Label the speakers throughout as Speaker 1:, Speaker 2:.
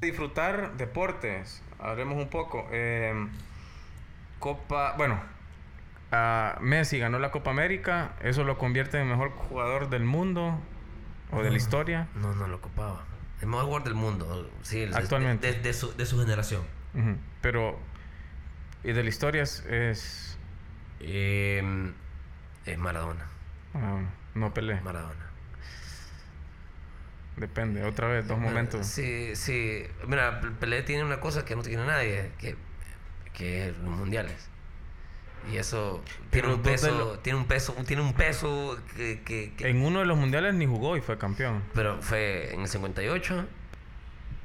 Speaker 1: disfrutar deportes. Hablemos un poco. Eh, Copa, bueno, ah, Messi ganó la Copa América, eso lo convierte en el mejor jugador del mundo o de la historia.
Speaker 2: No, no lo ocupaba. El mejor jugador del mundo. Sí, el-
Speaker 1: Actualmente.
Speaker 2: De, de su, de su generación.
Speaker 1: Ujú. Pero, y de la historia es, es-
Speaker 2: Eh, es Maradona.
Speaker 1: ah, no pelea.
Speaker 2: Maradona.
Speaker 1: Depende, otra vez, dos
Speaker 2: Bueno,
Speaker 1: momentos.
Speaker 2: Eh, Sí, sí. Mira, P- Pelé tiene una cosa que no tiene nadie, que, que es los mundiales. Y eso tiene
Speaker 1: Pero
Speaker 2: un,
Speaker 1: dos de
Speaker 2: peso,
Speaker 1: lo-
Speaker 2: tiene un peso, tiene un peso que, que- que-
Speaker 1: En uno de los mundiales ni jugó y fue campeón.
Speaker 2: Pero fue en el 58,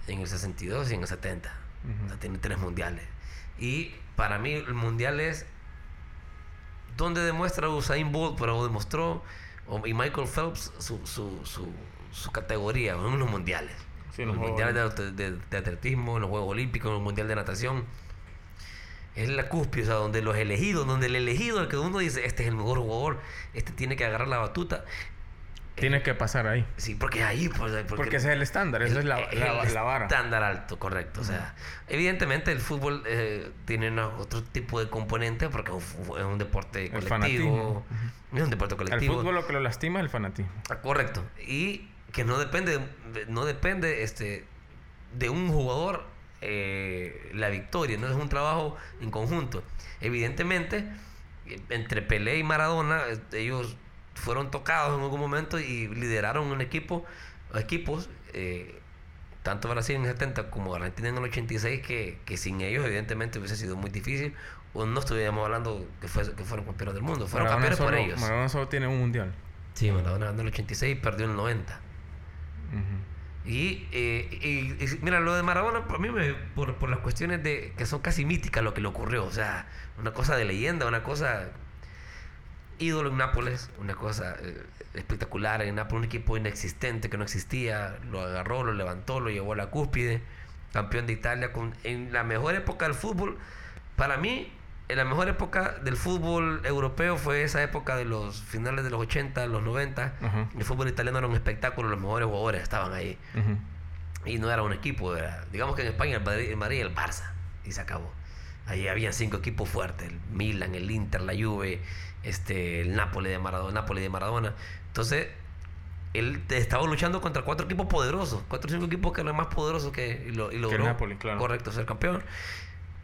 Speaker 2: en el 62 y en el 70. O sea,
Speaker 1: Ujú.
Speaker 2: tiene tres mundiales. Y para mí el mundial es donde demuestra Usain Bolt, pero demostró, o- y Michael Phelps su, su, su, su categoría en los mundiales.
Speaker 1: Sí, en
Speaker 2: los
Speaker 1: los Juegos
Speaker 2: mundiales de, de- de atletismo, en los Juegos Olímpicos, en el mundial de natación. Es la cúspide, o sea, donde los elegidos, donde el elegido, el que uno dice, este es el mejor jugador, este tiene que agarrar la batuta.
Speaker 1: Tienes que pasar ahí.
Speaker 2: Sí, porque ahí, pues, porque,
Speaker 1: Porque ese es el estándar, esa
Speaker 2: el-
Speaker 1: es la,
Speaker 2: el
Speaker 1: la- la vara.
Speaker 2: Eh, Estándar alto, correcto. O sea, evidentemente el fútbol eh, tiene una- otro tipo de componente porque es un fu- es un deporte colectivo.
Speaker 1: fanatismo.
Speaker 2: Es un deporte
Speaker 1: El
Speaker 2: colectivo.
Speaker 1: fútbol lo que lo lastima es el fanatismo.
Speaker 2: Ah, Correcto. Y que no depende, de- no depende este, de un jugador eh, la victoria, no es un trabajo en conjunto. Evidentemente, eh, entre Pelé y Maradona, eh, ellos fueron tocados en algún momento y lideraron un equipo, equipos, eh, tanto Brasil en el 70 como Argentina en el 86, que, que sin ellos evidentemente hubiese sido muy difícil, o no estuviéramos hablando que, fue- que fueron campeones del mundo, fueron
Speaker 1: Maradona
Speaker 2: campeones por
Speaker 1: solo-
Speaker 2: ellos.
Speaker 1: Maradona solo tiene un mundial.
Speaker 2: Sí, Maradona ganó el 86 y perdió el 90.
Speaker 1: Ujú.
Speaker 2: Y, eh, y- y mira, lo de Maradona, a mí me, por, por las cuestiones de que son casi míticas lo que le ocurrió. O sea, una cosa de leyenda, una cosa ídolo en Nápoles, una cosa eh, espectacular en Nápoles, un equipo inexistente que no existía, lo agarró, lo levantó, lo llevó a la cúspide, campeón de Italia, con, en la mejor época del fútbol, para mí, en la mejor época del fútbol europeo fue esa época de los finales de los 80, los 90,
Speaker 1: Ajá.
Speaker 2: el fútbol italiano era un espectáculo, los mejores jugadores estaban ahí
Speaker 1: Ujú.
Speaker 2: y no era un equipo, era, digamos que en España el Madrid, el Madrid y el Barça, y se acabó. Ahí había cinco equipos fuertes, el Milan, el Inter, la Juve, este, el Napoli de Maradona, Napoli de Maradona. Entonces, él te- estaba luchando contra cuatro equipos poderosos, cuatro o cinco equipos que eran más poderosos que y, lo, y logró
Speaker 1: Napoli, claro.
Speaker 2: correcto ser campeón.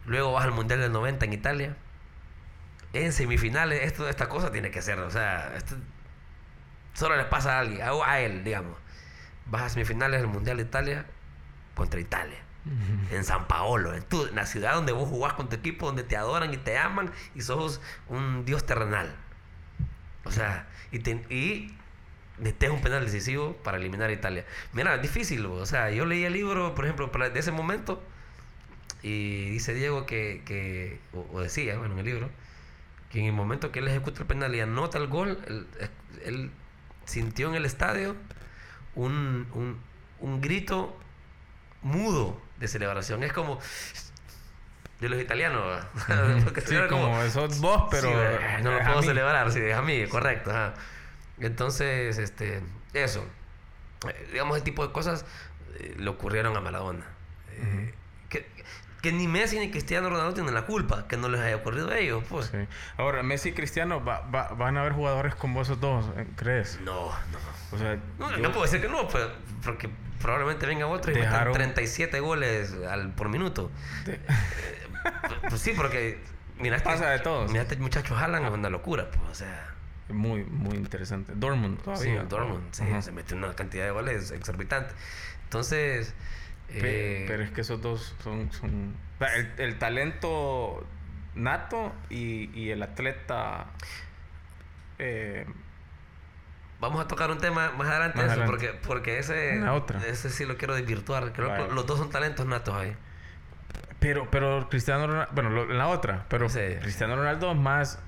Speaker 2: Luego vas al Mundial del 90 en Italia. En semifinales, esto, esta cosa tiene que ser, o sea, esto solo les pasa a alguien, a, a él, digamos. Vas a semifinales del Mundial de Italia contra Italia. En San Paolo, en, tu- en la ciudad donde vos jugás con tu equipo, donde te adoran y te aman y sos un dios terrenal. O sea, y, te, y metés un penal decisivo para eliminar a Italia. Mira, es difícil, o sea, yo leí el libro, por ejemplo, para- de ese momento, y dice Diego que, que o, o decía, bueno, en el libro, que en el momento que él ejecuta el penal y anota el gol, él, él sintió en el estadio un, un, un grito mudo de celebración. Es como de los italianos, ¿verdad? Porque
Speaker 1: Sí,
Speaker 2: estuvieron
Speaker 1: como, sos vos, pero.
Speaker 2: Sí, eh, no lo
Speaker 1: es a
Speaker 2: puedo
Speaker 1: mí".
Speaker 2: celebrar, sí, es a mí, correcto. ajá. Entonces, este, eso. Eh, Digamos, el tipo de cosas eh, le ocurrieron a Maradona. Eh, que, que ni Messi ni Cristiano Ronaldo tienen la culpa que no les haya ocurrido a ellos, pues.
Speaker 1: Sí. Ahora, Messi y Cristiano, va- va- van a haber jugadores con vos esos dos, eh, ¿crees?
Speaker 2: No, no.
Speaker 1: O sea,
Speaker 2: No,
Speaker 1: yo-
Speaker 2: no puedo decir que no, pues, porque probablemente venga otro y metan
Speaker 1: Dejaron-
Speaker 2: 37 goles al, por minuto.
Speaker 1: de-
Speaker 2: Pues sí, porque. este Miraste,
Speaker 1: Pasa de todos.
Speaker 2: Miraste, muchachos, Haaland es una locura, pues, o sea.
Speaker 1: muy, muy interesante. Dortmund
Speaker 2: Sí,
Speaker 1: todavía.
Speaker 2: el Dortmund, sí,
Speaker 1: Ajá.
Speaker 2: se metió una cantidad de goles exorbitante. Entonces,
Speaker 1: Pe-
Speaker 2: eh,
Speaker 1: pero es que esos dos son. son- o sea, el, el talento nato y, y el atleta. eh,
Speaker 2: vamos a tocar un tema más adelante,
Speaker 1: Más
Speaker 2: de eso,
Speaker 1: adelante.
Speaker 2: porque, porque ese,
Speaker 1: Una otra.
Speaker 2: ese sí lo quiero desvirtuar. Creo
Speaker 1: Vale.
Speaker 2: que los dos son talentos natos ahí.
Speaker 1: pero, pero Cristiano Ronaldo. Bueno, lo- la otra. Pero
Speaker 2: Sí.
Speaker 1: Cristiano Ronaldo es más.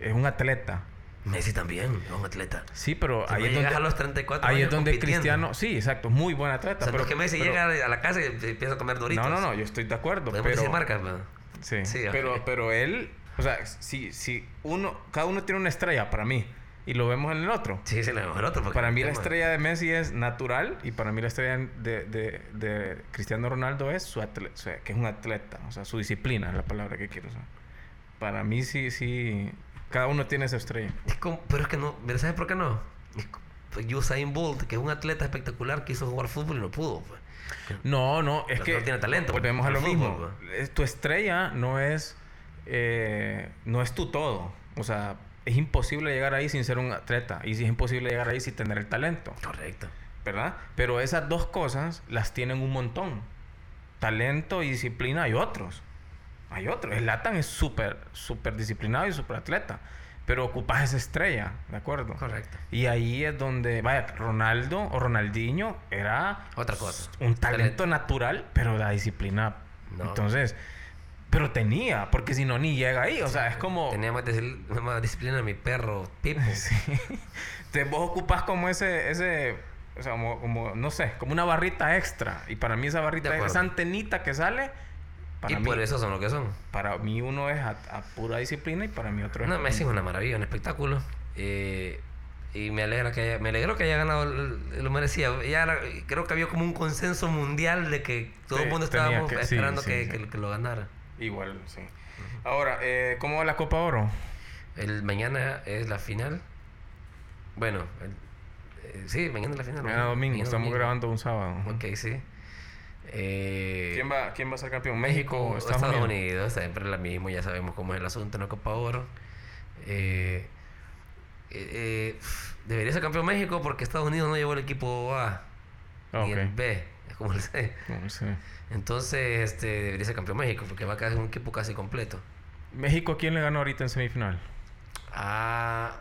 Speaker 1: Es un atleta.
Speaker 2: Messi también, es un atleta.
Speaker 1: Sí, pero
Speaker 2: Si
Speaker 1: ahí
Speaker 2: no
Speaker 1: es
Speaker 2: llegas
Speaker 1: donde.
Speaker 2: a los 34
Speaker 1: Ahí
Speaker 2: años
Speaker 1: es donde
Speaker 2: compitiendo.
Speaker 1: Cristiano. Sí, exacto. Muy buen
Speaker 2: O
Speaker 1: atleta.
Speaker 2: sea, no
Speaker 1: pero
Speaker 2: es que Messi
Speaker 1: pero-
Speaker 2: llega a la casa y empieza a comer doritos.
Speaker 1: No, no, no. Yo estoy de acuerdo.
Speaker 2: Podemos
Speaker 1: Pero,
Speaker 2: decir marcas, ¿verdad?
Speaker 1: Sí.
Speaker 2: Sí,
Speaker 1: pero,
Speaker 2: ok.
Speaker 1: pero él, o sea, si, si uno, cada uno tiene una estrella para mí. y lo vemos en el otro.
Speaker 2: Sí, se lo vemos el otro. porque
Speaker 1: Para mí la
Speaker 2: tema-
Speaker 1: estrella de Messi es natural y para mí la estrella de, de- de Cristiano Ronaldo es su atleta, que es un atleta, o sea, su disciplina es la palabra que quiero usar. Para mí sí, sí, cada uno tiene esa estrella.
Speaker 2: Es como- pero es que no, mira, ¿sabes por qué no? Es co- pues, Usain Bolt, que es un atleta espectacular, quiso jugar fútbol y no pudo. pues.
Speaker 1: No, no, es
Speaker 2: Pero
Speaker 1: que
Speaker 2: no tiene talento,
Speaker 1: Volvemos a
Speaker 2: el
Speaker 1: lo
Speaker 2: fútbol, pues.
Speaker 1: mismo. Es- Tu estrella no es eh, no es tu todo, o sea, es imposible llegar ahí sin ser un atleta y sí es imposible llegar ahí sin tener el talento.
Speaker 2: Correcto.
Speaker 1: ¿verdad? Pero esas dos cosas las tienen un montón. Talento y disciplina hay otros. Hay otros. El Latan es súper, súper disciplinado y súper atleta. Pero ocupas esa estrella, ¿de acuerdo?
Speaker 2: Correcto.
Speaker 1: Y ahí es donde, vaya, Ronaldo o Ronaldinho era
Speaker 2: Otra cosa.
Speaker 1: un talento natural, pero la disciplina.
Speaker 2: No.
Speaker 1: Entonces, pero tenía, porque si no, ni llega ahí. O sea, es como...
Speaker 2: Tenía más, discipl- más disciplina mi perro, Pipo.
Speaker 1: Sí. Te, vos ocupas como ese, ese, o sea, como, como, no sé, como una barrita extra. Y para mí esa barrita,
Speaker 2: De acuerdo.
Speaker 1: esa antenita que sale, para,
Speaker 2: y
Speaker 1: mí,
Speaker 2: por eso son lo que son.
Speaker 1: para mí uno es a, a pura disciplina y para mí otro es...
Speaker 2: No, Messi es una maravilla, un espectáculo. Eh, y me alegra que haya, me alegro que haya ganado, el- lo merecía. Ya era- creo que había como un consenso mundial de que todo el
Speaker 1: Sí,
Speaker 2: mundo
Speaker 1: tenía
Speaker 2: estábamos
Speaker 1: que- sí,
Speaker 2: esperando
Speaker 1: sí,
Speaker 2: que,
Speaker 1: sí.
Speaker 2: que- que lo ganara.
Speaker 1: Igual, sí. Ahora, eh, ¿cómo va la Copa Oro?
Speaker 2: El mañana es la final. Bueno, el- eh, sí, mañana es la final.
Speaker 1: Mañana domingo, estamos
Speaker 2: domingo.
Speaker 1: grabando un sábado.
Speaker 2: Ok, sí. Eh,
Speaker 1: ¿Quién, va, ¿Quién va a ser campeón? ¿México o Estados, Unidos?
Speaker 2: siempre la misma, ya sabemos cómo es el asunto en la Copa Oro. Eh, eh, eh, debería ser campeón México porque Estados Unidos no llevó el equipo A
Speaker 1: Ah,
Speaker 2: y el
Speaker 1: ok.
Speaker 2: B, es como el C.
Speaker 1: No sé.
Speaker 2: Entonces, este, debería ser campeón México porque va a caer un equipo casi completo.
Speaker 1: ¿México quién le ganó ahorita en semifinal?
Speaker 2: A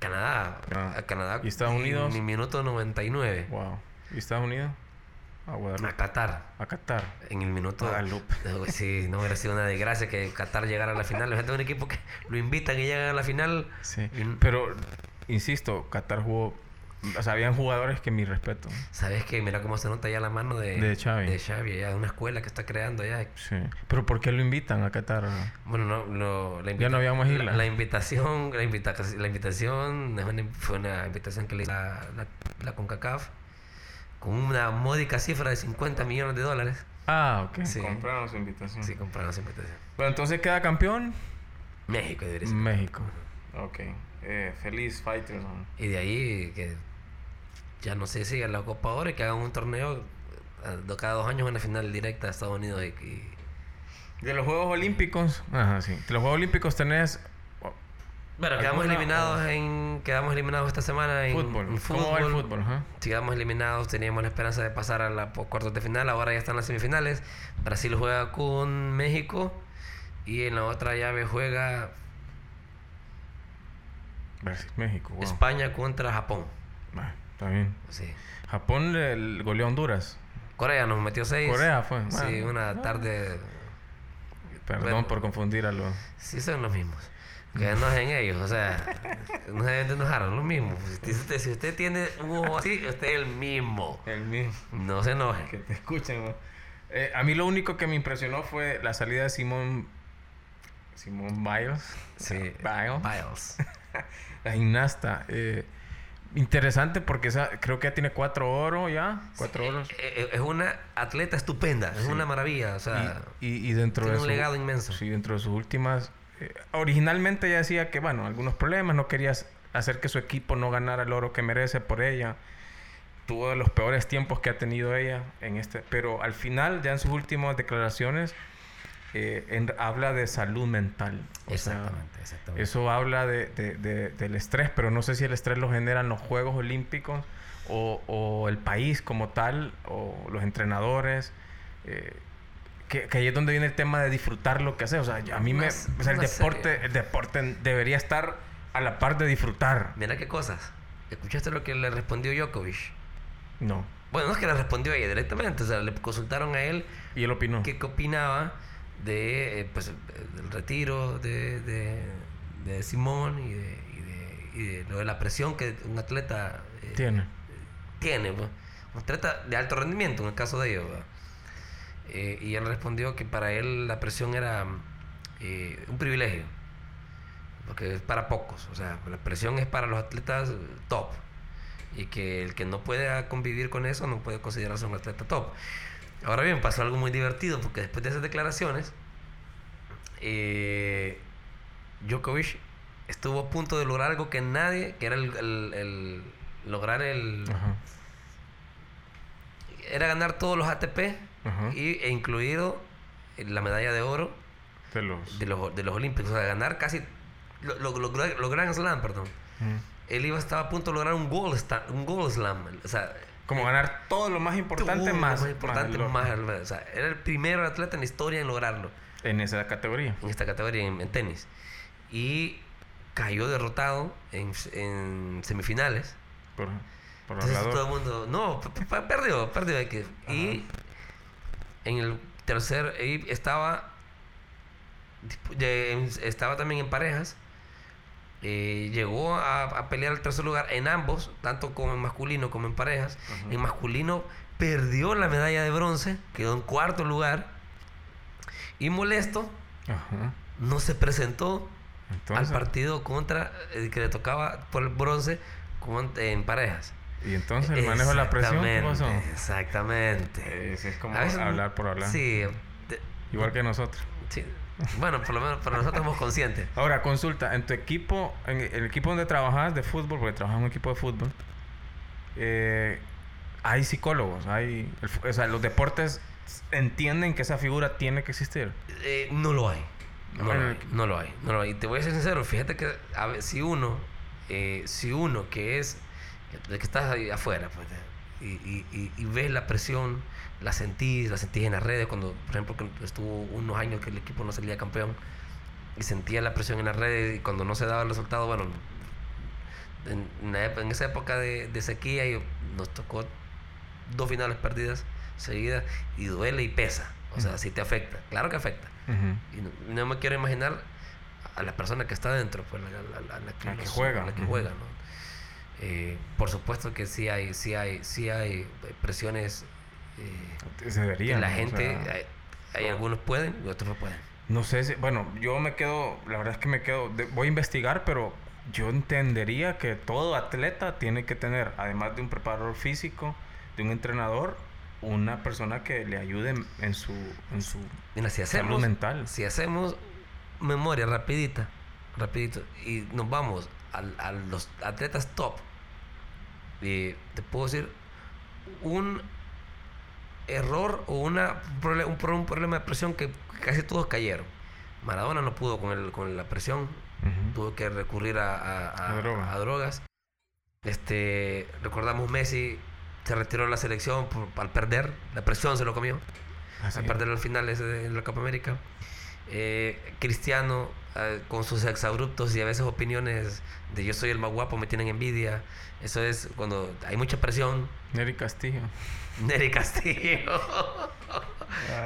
Speaker 2: Canadá.
Speaker 1: Ah.
Speaker 2: A Canadá.
Speaker 1: ¿Y Estados
Speaker 2: en
Speaker 1: Unidos?
Speaker 2: mi minuto 99.
Speaker 1: Wow. ¿Y Estados Unidos? A
Speaker 2: A
Speaker 1: Guadalupe.
Speaker 2: Qatar.
Speaker 1: A Qatar.
Speaker 2: En el minuto.
Speaker 1: Guadalupe.
Speaker 2: No, Sí, no hubiera sido una desgracia que Qatar llegara a la final. Imagínate un equipo que lo invitan y llegan a la final.
Speaker 1: Sí.
Speaker 2: Y-
Speaker 1: Pero, insisto, Qatar jugó. O sea, habían jugadores que mi respeto.
Speaker 2: ¿Sabes qué? Mira cómo se nota ya la mano de,
Speaker 1: De Xavi.
Speaker 2: De Xavi, ya, una escuela que está creando ya.
Speaker 1: Sí. Pero ¿por qué lo invitan a Qatar?
Speaker 2: Bueno, no, no, la
Speaker 1: Ya no habíamos ido.
Speaker 2: La, la invitación, la, invita- la invitación es una- fue una invitación que le hizo la, la, la CONCACAF con una módica cifra de 50 millones de dólares.
Speaker 1: Ah, ok.
Speaker 2: Sí,
Speaker 1: Compraron su invitación.
Speaker 2: sí compraron esa invitación.
Speaker 1: Bueno, entonces queda campeón
Speaker 2: México debería ser.
Speaker 1: México.
Speaker 3: Ok. Eh, feliz Fighters. ¿no?
Speaker 2: Y de ahí que ya no sé si a la Copa Oro y que hagan un torneo eh, cada dos años una final directa a Estados Unidos y, y-
Speaker 1: De los Juegos Olímpicos. Ajá, sí. De los Juegos Olímpicos tenés. oh,
Speaker 2: Bueno, quedamos
Speaker 1: ¿Alguna
Speaker 2: eliminados en quedamos eliminados esta semana en
Speaker 1: Fútbol.
Speaker 2: en
Speaker 1: ¿Cómo va el fútbol? ajá?
Speaker 2: Si Quedamos eliminados, teníamos la esperanza de pasar a la po- cuartos de final, ahora ya están las semifinales. Brasil juega con México y en la otra llave juega
Speaker 1: Brasil, México. wow.
Speaker 2: España contra Japón.
Speaker 1: Ah, está bien.
Speaker 2: Sí.
Speaker 1: Japón le le goleó a Honduras.
Speaker 2: Corea nos metió seis.
Speaker 1: Corea Ah. fue.
Speaker 2: Sí,
Speaker 1: Bueno,
Speaker 2: una
Speaker 1: bueno.
Speaker 2: tarde.
Speaker 1: Perdón
Speaker 2: Bueno.
Speaker 1: por confundir a los.
Speaker 2: Sí, son los mismos. Que no es en ellos, o sea, no se deben de enojar, son los mismos. Si usted, si usted tiene un ojo así, usted es el mismo.
Speaker 1: El mismo.
Speaker 2: No se enoje.
Speaker 1: que te escuchen. ¿no? Eh, a mí lo único que me impresionó fue la salida de Simón Simón Biles,
Speaker 2: Sí. Eh,
Speaker 1: Biles,
Speaker 2: Biles.
Speaker 1: la gimnasta. Eh, interesante porque esa, creo que ya tiene cuatro oro ya, cuatro oros.
Speaker 2: Eh, eh, Es una atleta estupenda, es una maravilla. O sea,
Speaker 1: Y, y- y dentro
Speaker 2: tiene
Speaker 1: de
Speaker 2: un
Speaker 1: su-
Speaker 2: legado inmenso.
Speaker 1: sí, dentro de sus últimas. eh, originalmente ella decía que, bueno, algunos problemas, no quería hacer que su equipo no ganara el oro que merece por ella. Tuvo de los peores tiempos que ha tenido ella en este. Pero al final, ya en sus últimas declaraciones, eh, en- habla de salud mental. O sea,
Speaker 2: exactamente, exactamente.
Speaker 1: eso habla de, de- de- del estrés, pero no sé si el estrés lo generan los Juegos Olímpicos o, o el país como tal, o los entrenadores. eh, que, que ahí es donde viene el tema de disfrutar lo que haces. O sea, a mí me.
Speaker 2: Una-
Speaker 1: o sea, el
Speaker 2: una serie.
Speaker 1: deporte, el deporte debería estar a la par de disfrutar.
Speaker 2: Mira qué cosas. ¿Escuchaste lo que le respondió Djokovic?
Speaker 1: No.
Speaker 2: Bueno, no es que le respondió ella directamente, o sea, le consultaron a él
Speaker 1: Y él opinó.
Speaker 2: qué, qué opinaba de, eh, pues, eh, del retiro de, de, de Simón y de, y, de, y de lo de la presión que un atleta eh,
Speaker 1: Tiene.
Speaker 2: tiene, pues. un atleta de alto rendimiento en el caso de ellos. ¿verdad? Eh, y él respondió que para él la presión era eh, un privilegio. porque es para pocos. O sea, la presión es para los atletas eh, top. Y que el que no pueda convivir con eso no puede considerarse un atleta top. Ahora bien, pasó algo muy divertido porque después de esas declaraciones, eh, Djokovic estuvo a punto de lograr algo que nadie, que era el, el- el- lograr el...
Speaker 1: Ajá.
Speaker 2: Era ganar todos los ATP
Speaker 1: Ajá.
Speaker 2: y, e incluido la medalla de oro
Speaker 1: De los.
Speaker 2: de los, de los Olímpicos. O sea, ganar casi... Lo, lo- lo- lo Grand Slam, perdón.
Speaker 1: Mm.
Speaker 2: Él iba, estaba a punto de lograr un Gold, sta- un gold Slam. O sea,
Speaker 1: Como ganar todo lo más importante
Speaker 2: tuvo lo
Speaker 1: más.
Speaker 2: más importante
Speaker 1: lo-
Speaker 2: más, o sea, era el primer atleta en la historia en lograrlo.
Speaker 1: En esa categoría.
Speaker 2: en esta categoría en, en tenis. Y cayó derrotado en, en semifinales.
Speaker 1: Por, por
Speaker 2: Entonces
Speaker 1: hablador.
Speaker 2: todo el mundo, no, p- p- perdió, perdió. hay que- Y en el tercer, y estaba, dispu- de- en- estaba también en parejas. Eh, llegó a, a pelear el tercer lugar en ambos, tanto como en masculino como en parejas. En masculino perdió la medalla de bronce, quedó en cuarto lugar. Y molesto,
Speaker 1: Ajá.
Speaker 2: no se presentó
Speaker 1: Entonces.
Speaker 2: al partido contra el que le tocaba por el bronce con- en parejas.
Speaker 1: Y entonces el manejo de la presión, ¿qué pasó?
Speaker 2: Exactamente, Exactamente.
Speaker 1: Es, es como
Speaker 2: A veces-
Speaker 1: hablar por hablar.
Speaker 2: Sí, de-
Speaker 1: Igual que nosotros.
Speaker 2: sí. Bueno, por lo menos para nosotros somos conscientes.
Speaker 1: Ahora, consulta, en tu equipo, en el equipo donde trabajas de fútbol, porque trabajas en un equipo de fútbol, eh, hay psicólogos, hay, el fu- o sea, los deportes entienden que esa figura tiene que existir.
Speaker 2: Eh, no lo hay. No,
Speaker 1: Bueno,
Speaker 2: lo hay, no lo hay. no lo hay. Y te voy a ser sincero, fíjate que a ve- si uno, eh, si uno que es, que, que estás ahí afuera, pues, de- y, y- y- y ves la presión, la sentís, la sentís en las redes, cuando, por ejemplo, que estuvo unos años que el equipo no salía campeón, y sentía la presión en las redes, y cuando no se daba el resultado, bueno, en, en la ep- en esa época de, de sequía y nos tocó dos finales perdidas seguidas, y duele y pesa. O sea, sí te afecta, claro que afecta.
Speaker 1: Ujú.
Speaker 2: Y no, no me quiero imaginar a la persona que está dentro, pues, la, la- la- la
Speaker 1: La que
Speaker 2: los-
Speaker 1: juega.
Speaker 2: la que
Speaker 1: Ujú.
Speaker 2: juega, ¿no? Eh, por supuesto que sí hay, sí hay, sí hay eh, presiones. eh,
Speaker 1: Se
Speaker 2: que
Speaker 1: debería.
Speaker 2: la
Speaker 1: ¿no? O
Speaker 2: gente,
Speaker 1: sea,
Speaker 2: hay, hay algunos pueden y otros no pueden.
Speaker 1: no sé si, bueno, yo me quedo, la verdad es que me quedo, de- voy a investigar, pero yo entendería que todo atleta tiene que tener, además de un preparador físico, de un entrenador, una persona que le ayude en, en su, en su
Speaker 2: Mira, si
Speaker 1: salud
Speaker 2: hacemos,
Speaker 1: mental.
Speaker 2: si hacemos memoria rapidita, rapidito, y nos vamos al- a, los atletas top, eh, te puedo decir un error o una, prole- un, pro- un problema de presión que casi todos cayeron. Maradona no pudo con, el, con la presión,
Speaker 1: Ujú.
Speaker 2: tuvo que recurrir a, a- a-
Speaker 1: A drogas.
Speaker 2: a drogas. Este, recordamos Messi se retiró de la selección por- al perder, la presión se lo comió
Speaker 1: Así
Speaker 2: al
Speaker 1: es.
Speaker 2: perder al final ese de- en la Copa América. Eh, Cristiano, eh, con sus exabruptos y a veces opiniones de yo soy el más guapo, me tienen envidia. Eso es cuando hay mucha presión.
Speaker 1: Nery Castillo.
Speaker 2: Nery Castillo.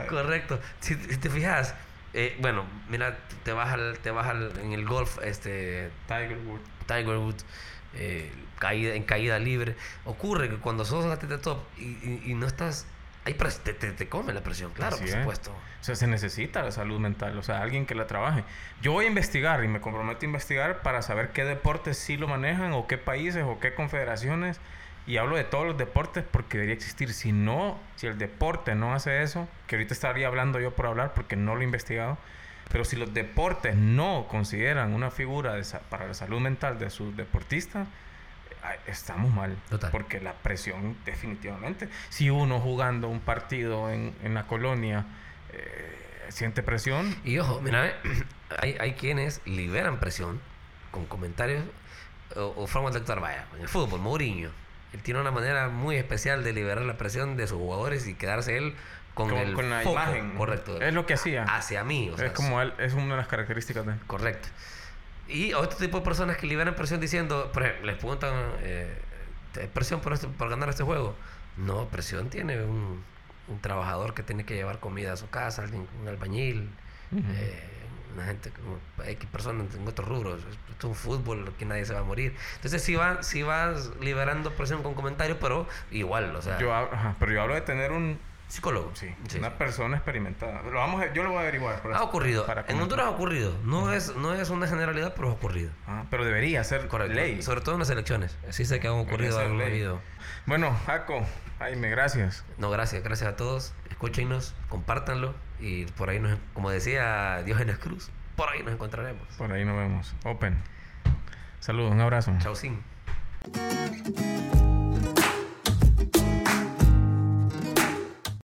Speaker 2: Correcto. Si, si te fijas, eh, bueno, mira, te vas, al, te vas al- en el golf, este,
Speaker 1: Tiger Woods.
Speaker 2: Tiger Woods, eh, caída, en caída libre. Ocurre que cuando sos un atleta top y, y- y no estás... Ahí te, te, te come la presión, claro,
Speaker 1: Así
Speaker 2: por
Speaker 1: es.
Speaker 2: supuesto.
Speaker 1: O sea, se necesita la salud mental, o sea, alguien que la trabaje. Yo voy a investigar y me comprometo a investigar para saber qué deportes sí lo manejan o qué países o qué confederaciones. Y hablo de todos los deportes porque debería existir. Si no, si el deporte no hace eso, que ahorita estaría hablando yo por hablar porque no lo he investigado, pero si los deportes no consideran una figura de sa- para la salud mental de sus deportistas, Ay, Estamos mal.
Speaker 2: Total.
Speaker 1: Porque la presión, definitivamente. Si uno jugando un partido en, en la colonia eh, siente presión,
Speaker 2: Y ojo, mira, eh, hay, hay quienes liberan presión con comentarios o, o formas de actuar. Vaya, en el fútbol, Mourinho. Él tiene una manera muy especial de liberar la presión de sus jugadores y quedarse él con,
Speaker 1: con,
Speaker 2: el
Speaker 1: con la
Speaker 2: foco,
Speaker 1: imagen.
Speaker 2: Correcto.
Speaker 1: Es lo que hacía.
Speaker 2: hacia mí. o sea,
Speaker 1: es como él, es una de las características de él.
Speaker 2: Correcto. Y otro tipo de personas que liberan presión diciendo, por ejemplo, les preguntan, eh, ¿hay presión por, este- por ganar este juego? No, presión tiene un, un trabajador que tiene que llevar comida a su casa, alguien, un albañil,
Speaker 1: Ujú.
Speaker 2: eh, una gente, como X personas en otros rubros. Esto es un fútbol, aquí nadie se va a morir. Entonces sí, va, sí vas liberando presión con comentarios, pero igual, o sea,
Speaker 1: Yo hablo- ajá, pero yo hablo de tener un
Speaker 2: Psicólogo.
Speaker 1: Sí,
Speaker 2: Ah. Sí.
Speaker 1: una persona experimentada. Lo vamos a- yo lo voy a averiguar. pero-
Speaker 2: Ha ocurrido.
Speaker 1: para
Speaker 2: En
Speaker 1: comentar.
Speaker 2: Honduras ha ocurrido. No es, no es una generalidad, pero ha ocurrido.
Speaker 1: Ajá, Ah, pero debería ser
Speaker 2: Correcto.
Speaker 1: ley.
Speaker 2: Sobre todo en las elecciones. Sí sé que han ocurrido
Speaker 1: ser
Speaker 2: algo
Speaker 1: ley.
Speaker 2: debido.
Speaker 1: Bueno, Jaco, Jaime, gracias.
Speaker 2: No, gracias, gracias a todos. Escúchenos, compártanlo y por ahí nos, como decía Diógenes Cruz, por ahí nos encontraremos.
Speaker 1: Por ahí nos vemos. Open. Saludos, un abrazo.
Speaker 2: Chau, sin.